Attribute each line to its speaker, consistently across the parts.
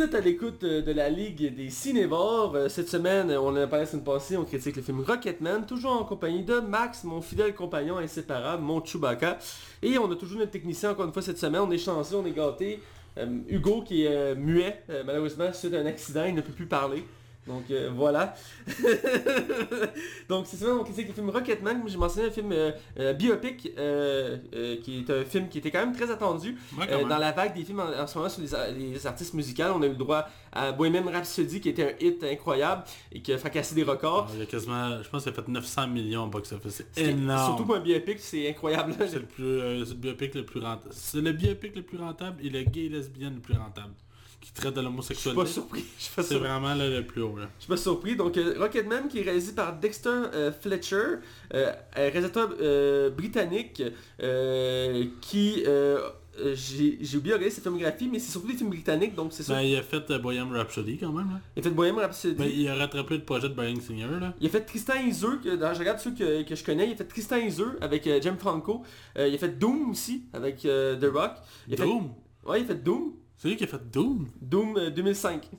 Speaker 1: êtes à l'écoute euh, de la Ligue des Cinévores. Euh, Cette semaine, euh, on en parlait la semaine passée, on critique le film Rocketman, toujours en compagnie de Max, mon fidèle compagnon inséparable, mon Chewbacca. Et on a toujours notre technicien, encore une fois, cette semaine. On est chanceux, on est gâtés. Euh, Hugo qui est euh, muet, euh, malheureusement, suite à un accident, il ne peut plus parler. Donc euh, voilà. Donc cette semaine, on critique le film Rocketman. Comme j'ai mentionné, un film euh, euh, biopic, euh, euh, qui est un film qui était quand même très attendu.
Speaker 2: Moi,
Speaker 1: Euh,
Speaker 2: Ah, quand
Speaker 1: dans
Speaker 2: même.
Speaker 1: la vague des films en, en ce moment sur les, a- les artistes musicaux, on a eu le droit à Bohemian Rhapsody qui était un hit incroyable et qui a fracassé des records.
Speaker 2: Ah, Il y a quasiment, je pense qu'il a fait 900 millions au box-office.
Speaker 1: Ce
Speaker 2: C'est
Speaker 1: qui est-
Speaker 2: énorme.
Speaker 1: Surtout pour un biopic, c'est incroyable.
Speaker 2: C'est le, plus, euh, c'est le biopic le plus rentable. C'est le biopic le plus rentable et le gay et lesbienne le plus rentable. Qui traite
Speaker 1: Je
Speaker 2: de
Speaker 1: suis pas
Speaker 2: l'homosexualité.
Speaker 1: surpris. Je suis pas
Speaker 2: C'est
Speaker 1: surpris.
Speaker 2: vraiment là, le plus haut. Là.
Speaker 1: Je suis pas surpris. Donc euh, Rocketman qui est réalisé par Dexter euh, Fletcher, euh, un réalisateur euh, britannique euh, qui... euh, euh, j'ai j'ai oublié de regarder sa filmographie, mais c'est surtout des films britanniques, donc c'est sûr.
Speaker 2: Ben, il a fait euh, Bohemian Rhapsody quand même. Là.
Speaker 1: Il a fait Bohemian Rhapsody.
Speaker 2: Ben, il a rattrapé le projet de Brian Singer. Là.
Speaker 1: Il a fait Tristan Iseux, que, dans- je regarde ceux que, que je connais, il a fait Tristan Iseux avec euh, James Franco. Euh, il a fait Doom aussi avec euh, The Rock. Il a
Speaker 2: Doom.
Speaker 1: Fait, ouais, il a fait Doom.
Speaker 2: C'est lui qui a fait Doom.
Speaker 1: Doom euh, 2005.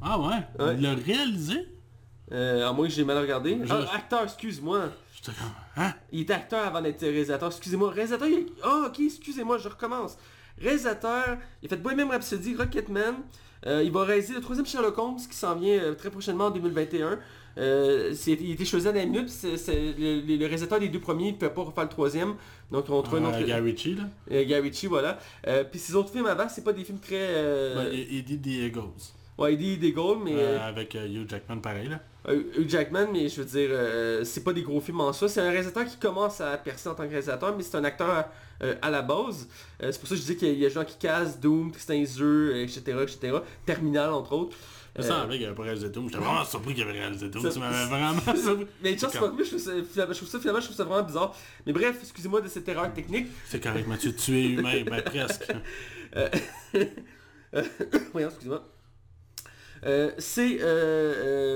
Speaker 2: Ah ouais.
Speaker 1: Ouais.
Speaker 2: Il l'a réalisé.
Speaker 1: Euh, à moins que j'ai mal regardé.
Speaker 2: Je-
Speaker 1: Ah, acteur, excuse-moi.
Speaker 2: J'étais comme... Hein?
Speaker 1: Il était acteur avant d'être réalisateur. Excusez-moi, réalisateur, il... Ah, ok, excusez-moi, je recommence. Réalisateur, il a fait Bohemian Rhapsody, Rocketman. Euh, il va réaliser le troisième Sherlock Holmes qui s'en vient euh, très prochainement en 2021. Euh, c'est- il était choisi à la minute, c'est- c'est- le, le- le réalisateur des deux premiers ne peut pas refaire le troisième. Donc on trouve un autre...
Speaker 2: Euh, Guy Ritchie, là.
Speaker 1: Euh, Guy Ritchie, voilà. Euh, Puis ses autres films avant, c'est pas des films très... euh,
Speaker 2: Ben, et- Eddie Diego.
Speaker 1: Ouais, Eddie Deagle, mais... euh,
Speaker 2: avec euh, Hugh Jackman, pareil. Là.
Speaker 1: Euh, Hugh Jackman, mais je veux dire, euh, c'est pas des gros films en soi. C'est un réalisateur qui commence à percer en tant que réalisateur, mais c'est un acteur euh, à la base. Euh, c'est pour ça que je dis qu'il y a gens qui cassent, Doom, Tristan Iseux, etc., etc. Terminal, entre autres.
Speaker 2: Je
Speaker 1: Euh,
Speaker 2: savais qu'il avait pas réalisé Doom. J'étais vraiment surpris qu'il avait réalisé Doom.
Speaker 1: Ça-
Speaker 2: Tu m'avais vraiment surpris.
Speaker 1: Euh, mais Charles
Speaker 2: C'est
Speaker 1: Sparkman, je trouve ça, finalement- je trouve ça finalement, je trouve ça vraiment bizarre. Mais bref, excusez-moi de cette erreur technique.
Speaker 2: C'est correct, Mathieu. Tu es humain. Ben, presque.
Speaker 1: Voyons, excusez-moi. Euh, c'est euh,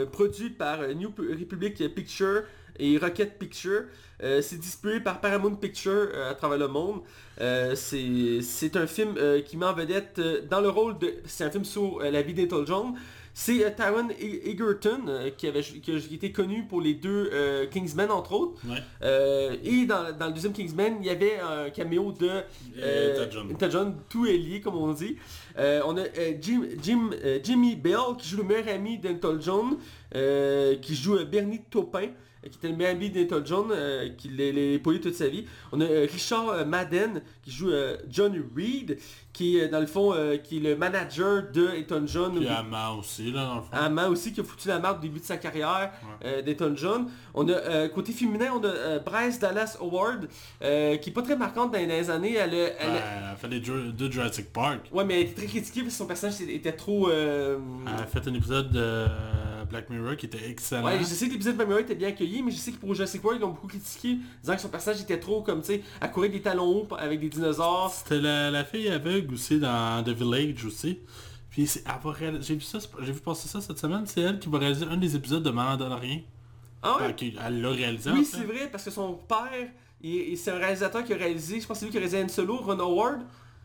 Speaker 1: euh, produit par euh, New P- Republic Picture et Rocket Picture. Euh, c'est distribué par Paramount Picture euh, à travers le monde. Euh, c'est c'est un film euh, qui met en vedette euh, dans le rôle de... C'est un film sur euh, la vie d'Ethel John. C'est euh, Taron E- Egerton euh, qui, avait, qui a- qui était connu pour les deux euh, Kingsmen entre autres.
Speaker 2: Ouais.
Speaker 1: Euh, et dans, dans le deuxième Kingsman, il y avait un caméo de Euh,
Speaker 2: Et t'as John.
Speaker 1: Elton John, tout est lié comme on dit. Euh, on a euh, Jim, Jim- euh, Jimmy Bell qui joue le meilleur ami d'Elton John, euh, qui joue euh, Bernie Taupin, euh, qui était le meilleur ami d'Elton John, euh, qui l'a l'a épaulé toute sa vie. On a euh, Richard euh, Madden qui joue euh, John Reed, qui est euh, dans le fond euh, qui est le manager de Elton John.
Speaker 2: Puis Amma aussi, là, dans le fond.
Speaker 1: Amand aussi qui a foutu la marque au début de sa carrière euh, d'Elton John. On a euh, côté féminin, on a euh, Bryce Dallas Howard euh, qui est pas très marquante dans les dernières années. Elle, a- elle a-
Speaker 2: Ben, elle a fait les Jur- deux Jurassic Park.
Speaker 1: Ouais, mais elle était très critiquée parce que son personnage était trop... euh,
Speaker 2: Elle a fait un épisode de euh, Black Mirror qui était excellent.
Speaker 1: Ouais, je sais que l'épisode de Memory était bien accueilli, mais je sais que pour Jurassic World, ils l'ont beaucoup critiqué, disant que son personnage était trop comme, tu sais, à courir des talons hauts avec des dinosaures.
Speaker 2: C'était la, la fille aveugle aussi dans The Village aussi. Puis c'est- elle va réaliser- j'ai vu ça, j'ai vu passer ça cette semaine, c'est elle qui va réaliser un des épisodes de Mandalorian.
Speaker 1: Ah ouais?
Speaker 2: Enfin, qui- elle l'a réalisé. en
Speaker 1: oui,
Speaker 2: fait.
Speaker 1: c'est vrai, parce que son père, il- il- c'est un réalisateur qui a réalisé, je pense que c'est lui qui a réalisé Han Solo, Ron Howard.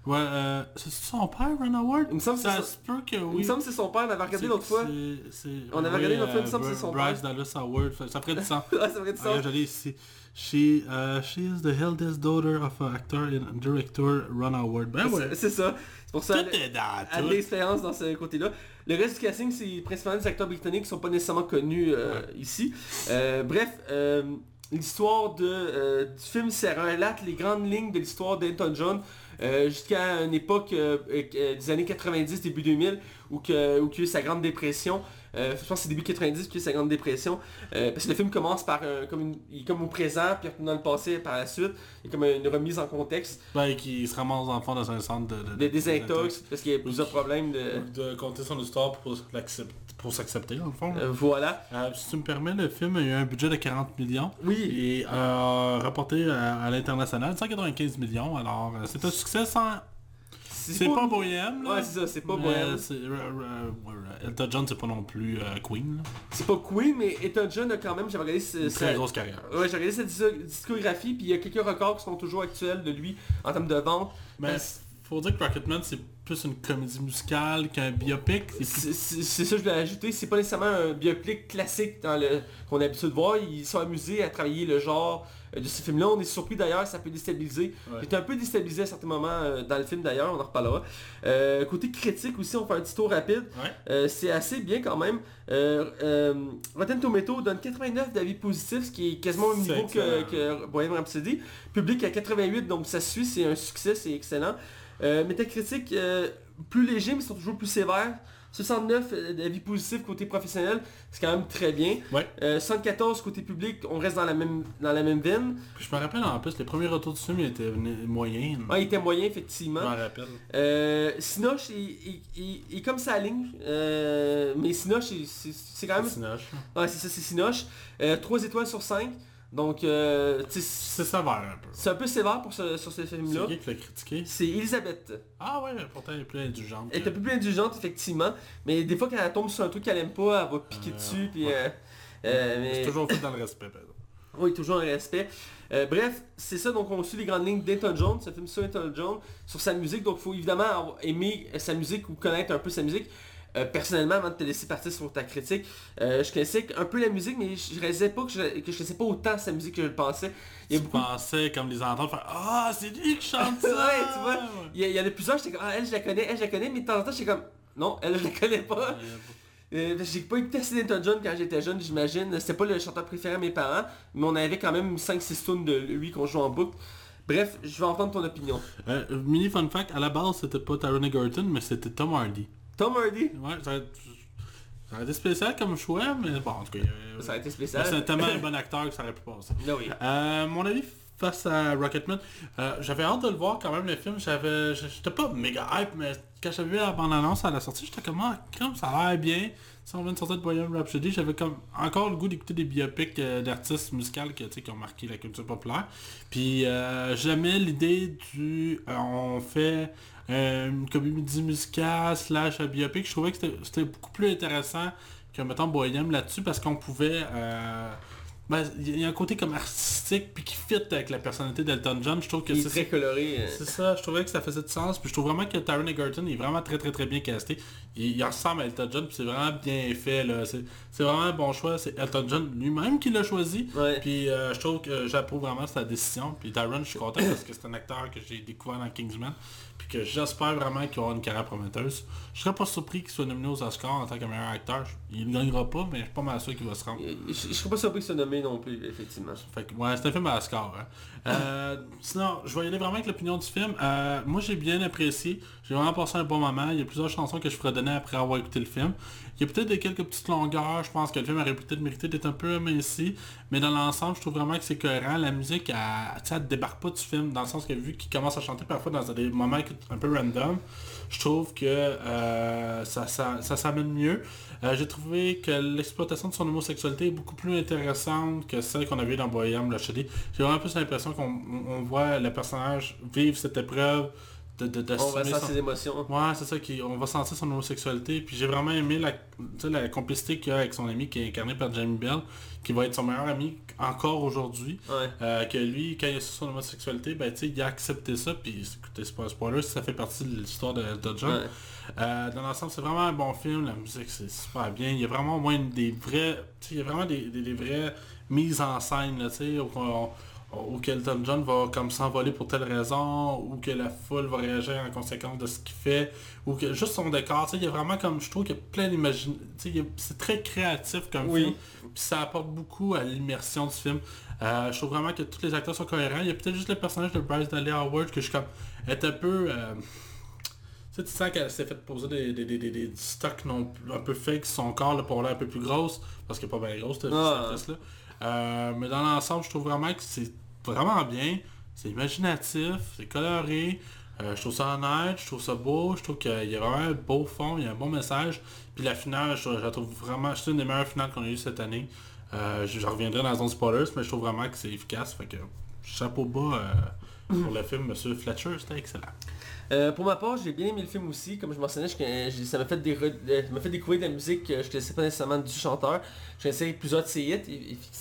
Speaker 2: Ouais, euh, c'est son père, Ron Howard
Speaker 1: Il me semble que
Speaker 2: ça
Speaker 1: c'est
Speaker 2: se peut que
Speaker 1: Il
Speaker 2: oui.
Speaker 1: me semble que c'est son père, on avait regardé
Speaker 2: C'est-
Speaker 1: l'autre fois.
Speaker 2: c'est- c'est-
Speaker 1: On avait regardé l'autre fois, il me semble que
Speaker 2: Br-
Speaker 1: c'est son
Speaker 2: Bryce Dallas Howard, ça ça ferait du sang.
Speaker 1: Ah, ça aurait du
Speaker 2: Ah,
Speaker 1: sens.
Speaker 2: j'allais ici. She, euh, she is the eldest daughter of an actor and director Ron Howard. Ben ouais.
Speaker 1: C'est- C'est ça. C'est pour ça.
Speaker 2: Tout est dans
Speaker 1: à de
Speaker 2: tout.
Speaker 1: l'expérience dans ce côté-là. Le reste du casting, c'est principalement des acteurs britanniques qui sont pas nécessairement connus euh, ici. Euh, bref, euh, l'histoire de, euh, du film, ça relate les grandes lignes de l'histoire d'Elton John euh, jusqu'à une époque euh, euh, des années 90, début 2000, où, que, où qu'il y a eu sa grande dépression. Euh, je pense que c'est début 90 qu'il y a eu sa grande dépression. Euh, parce que le film commence par euh, comme, une- il est comme au présent, puis dans le passé par la suite. Il y a comme une remise en contexte
Speaker 2: Ben, qui se ramasse en fond dans un centre de... de,
Speaker 1: des désintox, parce qu'il y a plusieurs problèmes de...
Speaker 2: De compter son histoire pour l'accept- pour s'accepter, dans le fond.
Speaker 1: Euh, voilà.
Speaker 2: Euh, si tu me permets, le film a eu un budget de 40 millions.
Speaker 1: Oui,
Speaker 2: Et euh, rapporté à, à l'international, 195 millions. Alors, euh, c'est un succès sans... C'est pas bohème, là.
Speaker 1: Ouais, c'est ça, c'est pas
Speaker 2: Mais
Speaker 1: bohème.
Speaker 2: c'est- euh, euh, ouais, Elton John, c'est pas non plus euh, Queen. là.
Speaker 1: C'est pas Queen, mais Elton John a quand même, j'avais regardé ce-
Speaker 2: Une
Speaker 1: sa-
Speaker 2: très grosse carrière.
Speaker 1: Ouais, j'ai regardé sa dis- discographie, puis il y a quelques records qui sont toujours actuels de lui en termes de vente.
Speaker 2: Mais
Speaker 1: Parce-
Speaker 2: faut dire que Rocketman, c'est plus une comédie musicale qu'un biopic. C'est plus-
Speaker 1: C'est c'est- c'est ça que je voulais ajouter, c'est pas nécessairement un biopic classique dans le qu'on a l'habitude de voir, ils sont amusés à travailler le genre euh, de ce film-là, on est surpris d'ailleurs, ça peut déstabiliser.
Speaker 2: Ouais.
Speaker 1: J'étais un peu déstabilisé à certains moments euh, dans le film d'ailleurs, on en reparlera. Euh, côté critique aussi, on fait un petit tour rapide.
Speaker 2: Ouais.
Speaker 1: Euh, c'est assez bien quand même. Euh, euh, Rotten Tomato donne 89 d'avis positifs, ce qui est quasiment au même
Speaker 2: C'est
Speaker 1: niveau que,
Speaker 2: excellent.
Speaker 1: que Bohemian Rhapsody. Public à 88, donc ça suit, c'est un succès, c'est excellent. Euh, Metacritic, euh, plus léger, mais ils sont toujours plus sévères. 69 d'avis positifs côté professionnel, c'est quand même très bien.
Speaker 2: Ouais.
Speaker 1: Euh, 74 côté public, on reste dans la même, dans la même veine.
Speaker 2: Puis je me rappelle en plus, les premiers retours du film ils étaient venus- moyens.
Speaker 1: Ah, il était moyen
Speaker 2: Je
Speaker 1: effectivement.
Speaker 2: m'en rappelle.
Speaker 1: Euh, Sinoche, il, il- il- il est comme sa ligne, euh, mais Sinoche, il- c'est c'est quand même
Speaker 2: C'est noche.
Speaker 1: Ouais, c'est ça, c'est Sinoche. Euh, 3 étoiles sur 5. Donc, euh, tu sais,
Speaker 2: C'est
Speaker 1: c'est
Speaker 2: sévère un peu.
Speaker 1: c'est un peu sévère pour ce, sur ce
Speaker 2: C'est
Speaker 1: film-là.
Speaker 2: qui qui l'a critiqué
Speaker 1: C'est Elisabeth.
Speaker 2: Ah ouais, pourtant elle est plus indulgente.
Speaker 1: Elle est un peu plus indulgente, effectivement, mais des fois, quand elle tombe sur un truc qu'elle aime pas, elle va piquer
Speaker 2: Euh,
Speaker 1: dessus, puis...
Speaker 2: ouais.
Speaker 1: euh, euh, mais-
Speaker 2: C'est toujours fait dans le respect, par exemple.
Speaker 1: Oui, toujours un respect. Euh, bref, c'est ça, donc on suit les grandes lignes d'Elton John, ce film sur Elton John, sur sa musique, donc il faut évidemment avoir- aimer euh, sa musique ou connaître un peu sa musique. Euh, personnellement, avant de te laisser partir sur ta critique, euh, je connaissais un peu la musique, mais je je réalisais pas que je, que je connaissais pas autant sa musique que je le pensais. Il y a
Speaker 2: Tu
Speaker 1: beaucoup de-
Speaker 2: pensais comme les entendre faire Ah, c'est lui qui chante ça
Speaker 1: Ouais, tu vois. il y, a- il y en a plusieurs, j'étais comme, ah, elle, je la connais, elle, je la connais, mais de temps en temps, j'étais comme, non, elle, je la connais pas.
Speaker 2: Ouais.
Speaker 1: Euh, j'ai pas écouté assez d'Elton John quand j'étais jeune, j'imagine. C'était pas le chanteur préféré à mes parents, mais on avait quand même 5-6 tunes de lui qu'on joue en boucle. Bref, je vais entendre ton opinion.
Speaker 2: Euh, mini fun fact, à la base c'était pas Tyrone Egerton, mais c'était Tom Hardy.
Speaker 1: Tom Hardy,
Speaker 2: Ouais, ça ça aurait été spécial comme choix, mais bon, en tout cas, euh,
Speaker 1: ça a été
Speaker 2: mais
Speaker 1: spécial.
Speaker 2: c'est tellement un bon acteur que ça aurait pu passer.
Speaker 1: Ah oui.
Speaker 2: Euh, mon avis face à Rocketman, euh, j'avais hâte de le voir quand même le film, j'avais, j'étais pas méga hype, mais quand j'avais vu la bande-annonce à la sortie, j'étais comme, ah, comme ça a l'air bien, si on vient de sortir de Bohemian Rhapsody, j'avais comme encore le goût d'écouter des biopics euh, d'artistes musicales que, tu sais, qui ont marqué la culture populaire, puis euh, j'aimais l'idée du, euh, on fait euh, une comédie musicale slash un biopic, je trouvais que c'était- c'était beaucoup plus intéressant que, mettons, Bohemian là-dessus, parce qu'on pouvait... euh, ben, il y a un côté comme artistique puis qui fit avec la personnalité d'Elton John. Je trouve que
Speaker 1: Il est
Speaker 2: c'est
Speaker 1: très coloré. euh.
Speaker 2: c'est ça, je trouvais que ça faisait du sens. Puis je trouve vraiment que Taron Egerton est vraiment très très très bien casté. Il, il ressemble à Elton John, puis c'est vraiment bien fait. là. C'est c'est vraiment un bon choix. C'est Elton John lui-même qui l'a choisi.
Speaker 1: Ouais.
Speaker 2: Puis euh, je trouve que j'approuve vraiment sa décision. Puis Taron, je suis content parce que c'est un acteur que j'ai découvert dans Kingsman. Puis que j'espère vraiment qu'il aura une carrière prometteuse. Je serais pas surpris qu'il soit nominé aux Oscars en tant que meilleur acteur. Il ne gagnera pas, mais je suis pas mal sûr qu'il va se rendre.
Speaker 1: Je, je serais pas surpris que ce nommé non plus, effectivement.
Speaker 2: Fait que, ouais, c'est un film à score. hein. Euh, sinon, je vais y aller vraiment avec l'opinion du film. Euh, moi, j'ai bien apprécié. J'ai vraiment passé un bon moment. Il y a plusieurs chansons que je ferais donner après avoir écouté le film. Il y a peut-être des quelques petites longueurs. Je pense que le film aurait peut-être mérité d'être un peu ici Mais dans l'ensemble, je trouve vraiment que c'est cohérent. La musique, elle, tu sais, elle débarque pas du film. Dans le sens que vu qu'il commence à chanter parfois dans des moments un peu random, je trouve que euh, ça, ça, ça s'amène mieux. Euh, J'ai trouvé que l'exploitation de son homosexualité est beaucoup plus intéressante que celle qu'on avait dans Boyam Rhapsody. J'ai vraiment plus l'impression qu'on on- on voit le personnage vivre cette épreuve de, de, de
Speaker 1: On ressent
Speaker 2: assumer son-
Speaker 1: ses émotions.
Speaker 2: Ouais, c'est ça, qui, on va sentir son homosexualité. Puis j'ai vraiment aimé la, tu sais, la complicité qu'il y a avec son ami qui est incarné par Jamie Bell, qui va être son meilleur ami encore aujourd'hui.
Speaker 1: Ouais.
Speaker 2: Euh, que lui, quand il a su son homosexualité, ben, tu sais, il a accepté ça, puis écoutez, c'est pas un spoiler, ça fait partie de l'histoire de, de John.
Speaker 1: Ouais.
Speaker 2: Euh, dans l'ensemble, c'est vraiment un bon film, la musique, c'est super bien. Il y a vraiment au moins une des vrais, tu sais, il y a vraiment des, des- des vraies mises en scène, là, tu sais, où, on- où que Elton John va comme s'envoler pour telle raison, ou que la foule va réagir en conséquence de ce qu'il fait, ou que juste son décor, tu sais, il y a vraiment comme, je trouve qu'il y a plein d'imagination, c'est très créatif comme
Speaker 1: Oui.
Speaker 2: film, puis ça apporte beaucoup à l'immersion du film. Euh, je trouve vraiment que tous les acteurs sont cohérents. Il y a peut-être juste le personnage de Bryce Daley Howard que je suis comme est un peu. euh, tu sais, tu sens qu'elle s'est fait poser des, des, des, des, des stocks non, un peu fakes sur son corps là, pour l'air un peu plus grosse, parce qu'elle est pas bien grosse, cette
Speaker 1: Ah.
Speaker 2: là Euh, mais dans l'ensemble, je trouve vraiment que c'est vraiment bien. C'est imaginatif, c'est coloré. Euh, je trouve ça honnête, je trouve ça beau, je trouve qu'il y a vraiment un beau fond, il y a un bon message. Puis la finale, je, je la trouve vraiment, c'est une des meilleures finales qu'on a eues cette année. Euh, je, je reviendrai dans la zone spoilers, mais je trouve vraiment que c'est efficace. Fait que chapeau bas euh, pour le film Monsieur Fletcher, c'était excellent.
Speaker 1: Euh, pour ma part, j'ai bien aimé le film aussi. Comme je mentionnais, je connais- j'ai- ça m'a fait, des re- euh, ça m'a fait découvrir de la musique que je connaissais pas nécessairement du chanteur. Je connaissais plusieurs de ses hits, é-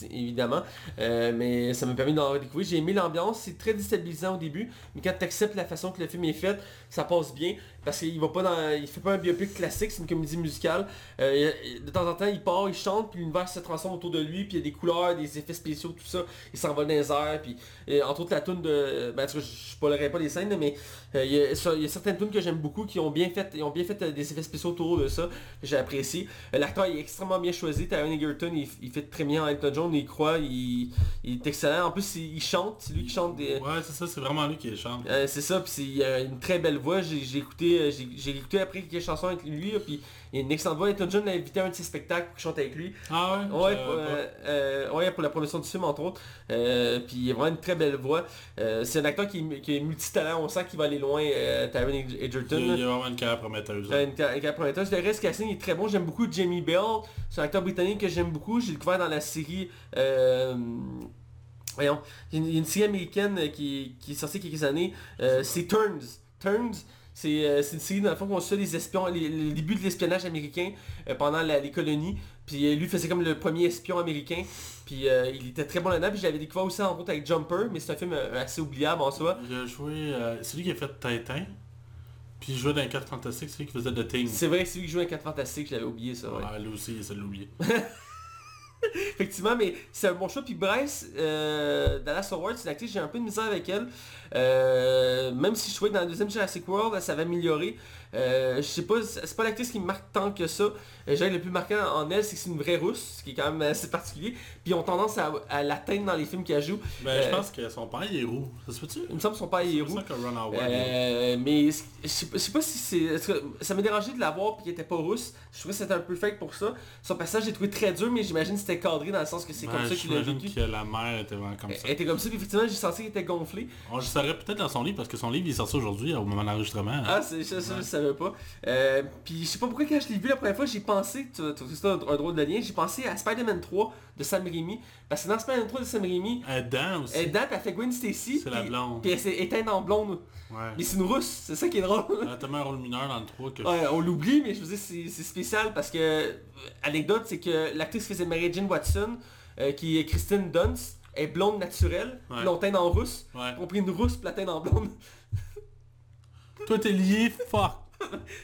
Speaker 1: é- évidemment, Euh, mais ça m'a permis d'en redécouvrir. J'ai aimé l'ambiance, c'est très déstabilisant au début, mais quand tu acceptes la façon que le film est fait, ça passe bien. parce qu'il va pas dans, il fait pas un biopic classique, c'est une comédie musicale. Euh, il- de temps en temps, il part, il chante, puis l'univers se transforme autour de lui, puis il y a des couleurs, des effets spéciaux, tout ça. Il s'en va dans les airs, puis et entre autres la tune de, ben en tout cas, je spoilerai pas les scènes, mais euh, il, y a, ça- il y a certaines tunes que j'aime beaucoup qui ont bien fait, ils ont bien fait euh, des effets spéciaux autour de ça, que j'ai apprécié. Euh, L'acteur est extrêmement bien choisi, Taron Egerton, il, il fait très bien Elton John, il y croit, il, il est excellent. En plus, il, il chante, c'est lui qui chante des,
Speaker 2: Ouais, c'est ça, c'est vraiment lui qui chante.
Speaker 1: euh, c'est ça, puis c'est- il a une très belle voix. J'ai j'ai écouté, euh, j'ai- j'ai écouté après quelques chansons avec lui, là, puis il a une excellente voix. Elton John l'a invité à un de ses spectacles pour qu'il chante avec lui.
Speaker 2: Ah ouais?
Speaker 1: Ouais,
Speaker 2: je-
Speaker 1: pour, euh, euh, ouais, pour la promotion du film, entre autres. Euh, puis il a vraiment une très belle voix. Euh, c'est un acteur qui, est- qui est multitalent. On sent qu'il va aller loin, euh, Taron Egerton.
Speaker 2: Il y a-
Speaker 1: là.
Speaker 2: il y a vraiment une carrière prometteuse.
Speaker 1: Euh, une ca- une carrière prometteuse. Le reste casting est très bon. J'aime beaucoup Jamie Bell. C'est un acteur britannique que j'aime beaucoup. J'ai découvert dans la série... euh, voyons. Il y a une- il y a une série américaine euh, qui, qui est sortie il y a quelques années. Euh, c'est Turns. Turns. C'est euh, c'est une série dans le fond qu'on suit les espions, les- le début de l'espionnage américain euh, pendant la- les colonies. Puis euh, lui faisait comme le premier espion américain. Puis euh, il était très bon là-dedans. Puis j'avais découvert aussi en rencontre avec Jumper, mais c'est un film euh, assez oubliable en soi.
Speaker 2: Il a joué... euh, c'est lui qui a fait Tintin. Puis il jouait dans les 4 fantastiques, c'est lui qui faisait The Thing.
Speaker 1: C'est vrai que c'est lui qui jouait un 4 fantastique, j'avais oublié ça. ouais.
Speaker 2: Ah, lui aussi, il s'est l'oublié.
Speaker 1: Effectivement, mais c'est un bon choix. Puis Bryce, euh, Dallas Howard, c'est une actrice, j'ai un peu de misère avec elle. Euh, même si je trouvais que dans la deuxième Jurassic World, elle s'avait améliorée. Euh, je sais pas, c'est pas l'actrice qui me marque tant que ça. Euh, je dirais que le plus marquant en elle, c'est que c'est une vraie rousse, ce qui est quand même assez particulier. Puis ils ont tendance à, à l'atteindre dans les films qu'elle joue.
Speaker 2: Ben, je
Speaker 1: Euh,
Speaker 2: pense que son père, il est roux. Ça se peut-tu?
Speaker 1: Il me semble que son père est
Speaker 2: C'est
Speaker 1: roux.
Speaker 2: ça que Ron Howard est roux.
Speaker 1: Euh, mais c- je sais pas- je sais pas si c'est... est-ce que Ça m'a dérangé de la voir puis qu'elle était pas rousse. Je trouvais que c'était un peu fake pour ça. Son passage, j'ai trouvé très dur, mais j'imagine que c'était cadré dans le sens que c'est
Speaker 2: Ben,
Speaker 1: comme ça qu'il l'a
Speaker 2: j'imagine
Speaker 1: vécu.
Speaker 2: que la mère était vraiment comme ça.
Speaker 1: Elle était comme ça, puis effectivement, j'ai senti qu'elle était gonflée.
Speaker 2: On le saurait peut-être dans son livre, parce que son livre, il est sorti aujourd'hui, au moment de l'enregistrement.
Speaker 1: Ah, c'est ça, ça, je savais pas. Euh, puis je sais pas pourquoi, quand je l'ai vu la première fois, j'ai pensé, tu tu- c'est un, un drôle de lien, j'ai pensé à Spider-Man 3 de Sam Raimi, parce que dans Spider-Man 3 de Sam Raimi,
Speaker 2: Elle danse Euh, aussi.
Speaker 1: elle date, elle fait Gwen Stacy,
Speaker 2: C'est la
Speaker 1: puis-
Speaker 2: blonde.
Speaker 1: puis elle s'est éteinte en blonde.
Speaker 2: Ouais.
Speaker 1: Mais c'est une rousse, c'est Ah, ça qui est drôle.
Speaker 2: Elle a tellement un rôle mineur dans le 3 que...
Speaker 1: Ouais, on l'oublie, mais je vous dis, c'est c'est spécial parce que, euh, anecdote, c'est que l'actrice qui faisait Mary Jane Watson, euh, qui est Christine Dunst, est blonde naturelle,
Speaker 2: Ouais.
Speaker 1: puis l'ont teinte en rousse,
Speaker 2: Ouais.
Speaker 1: on pris une rousse, puis la teinte en blonde.
Speaker 2: Toi, t'es lié, fuck.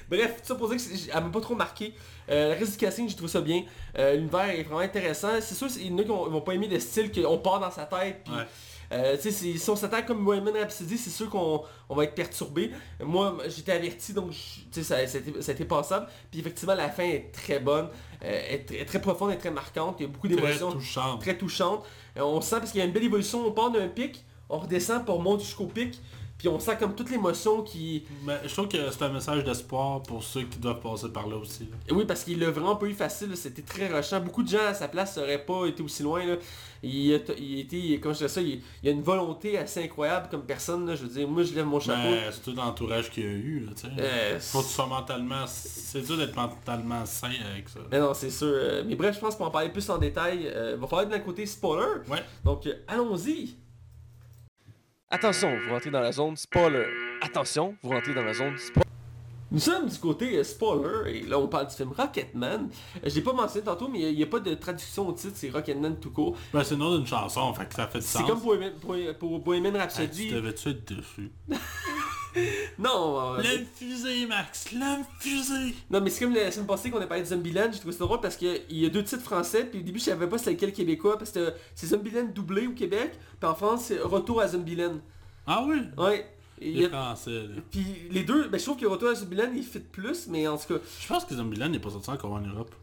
Speaker 1: Bref, tout ça pour dire que c'est- elle m'a pas trop marqué. Euh, le reste du casting, j'ai trouvé ça bien. Euh, L'univers est vraiment intéressant. C'est sûr, c'est- il y en a qui ont- vont pas aimer le style qu'on part dans sa tête. puis,
Speaker 2: Ouais.
Speaker 1: euh, tu sais, c'est- si on s'attaque comme Bohemian Rhapsody, c'est sûr qu'on on va être perturbé. Moi, j'étais averti, donc je- tu sais, ça, ça a été- ça a été passable. Puis effectivement, la fin est très bonne, euh, est tr- est très profonde, est très marquante. Il y a beaucoup
Speaker 2: Très
Speaker 1: d'émotions
Speaker 2: touchante.
Speaker 1: très touchante. Euh, on sent parce qu'il y a une belle évolution. On part d'un pic, on redescend, puis on monte jusqu'au pic. Puis on sent comme toute l'émotion qui,
Speaker 2: Ben, je trouve que c'est un message d'espoir pour ceux qui doivent passer par là aussi. là.
Speaker 1: Et Oui, parce qu'il l'a vraiment pas eu facile, là. c'était très rushant. Beaucoup de gens à sa place n'auraient pas été aussi loin. là. Il, a, il était, comment je dirais ça, il, il a une volonté assez incroyable comme personne. là. Je veux dire, moi je lève mon chapeau.
Speaker 2: Ben, c'est tout l'entourage qu'il y a eu, là, tu sais.
Speaker 1: Euh,
Speaker 2: Faut que tu sois mentalement... C'est dur d'être mentalement sain avec ça.
Speaker 1: mais non, c'est sûr. euh, Mais bref, je pense qu'on en parler plus en détail. euh, va falloir être d'un côté spoiler.
Speaker 2: Ouais.
Speaker 1: Donc euh, allons-y. Attention, vous rentrez dans la zone spoiler. Attention, vous rentrez dans la zone spoiler. Nous sommes du côté euh, spoiler, et là on parle du film Rocketman. Euh, Je l'ai pas mentionné tantôt, mais il n'y a, pas de traduction au titre, c'est Rocketman tout court.
Speaker 2: Ben, c'est le nom d'une chanson, fait que ça fait du sens.
Speaker 1: C'est comme Bohemian- pour, pour Bohemian
Speaker 2: Ah,
Speaker 1: Rhapsody.
Speaker 2: tu devais-tu être dessus?
Speaker 1: non, euh,
Speaker 2: La fusée, Max! La fusée!
Speaker 1: non, mais c'est comme la semaine passée qu'on a parlé de Zombieland, j'ai trouvé ça drôle parce qu'il y a deux titres français, puis au début je savais pas c'était lequel québécois, parce que euh, c'est Zombieland doublé au Québec, puis en France c'est Retour à Zombieland.
Speaker 2: Ah oui?
Speaker 1: Ouais. Et il
Speaker 2: Il
Speaker 1: y
Speaker 2: est
Speaker 1: a-
Speaker 2: français, là.
Speaker 1: Puis les deux, ben, je trouve que Retour à Zombieland il fit plus, mais en tout cas,
Speaker 2: Je pense que Zombieland n'est pas sorti encore en Europe.